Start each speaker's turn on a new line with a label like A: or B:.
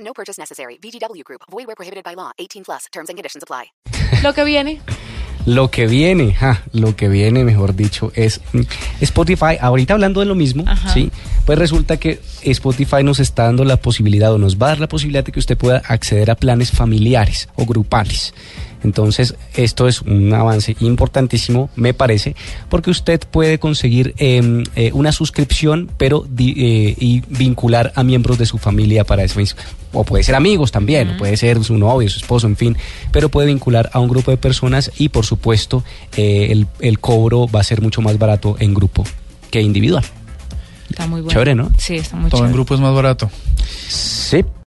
A: No purchase necessary. VGW Group. Void where prohibited by law. 18 plus. Terms and conditions apply.
B: Lo que viene.
C: Lo que viene, ja, lo que viene, mejor dicho, es mm, Spotify. Ahorita hablando de lo mismo, ¿sí? pues resulta que Spotify nos está dando la posibilidad o nos va a dar la posibilidad de que usted pueda acceder a planes familiares o grupales. Entonces, esto es un avance importantísimo, me parece, porque usted puede conseguir em, eh, una suscripción, pero di- eh, y vincular a miembros de su familia para eso mismo. O puede ser amigos también, o puede ser su novio, su esposo, en fin, pero puede vincular a un grupo de personas y, por supuesto, eh, el, el cobro va a ser mucho más barato en grupo que individual.
B: Está muy bueno.
C: Chévere, ¿no?
B: Sí, está muy
D: Todo
B: chévere.
D: en grupo es más barato.
C: Sí.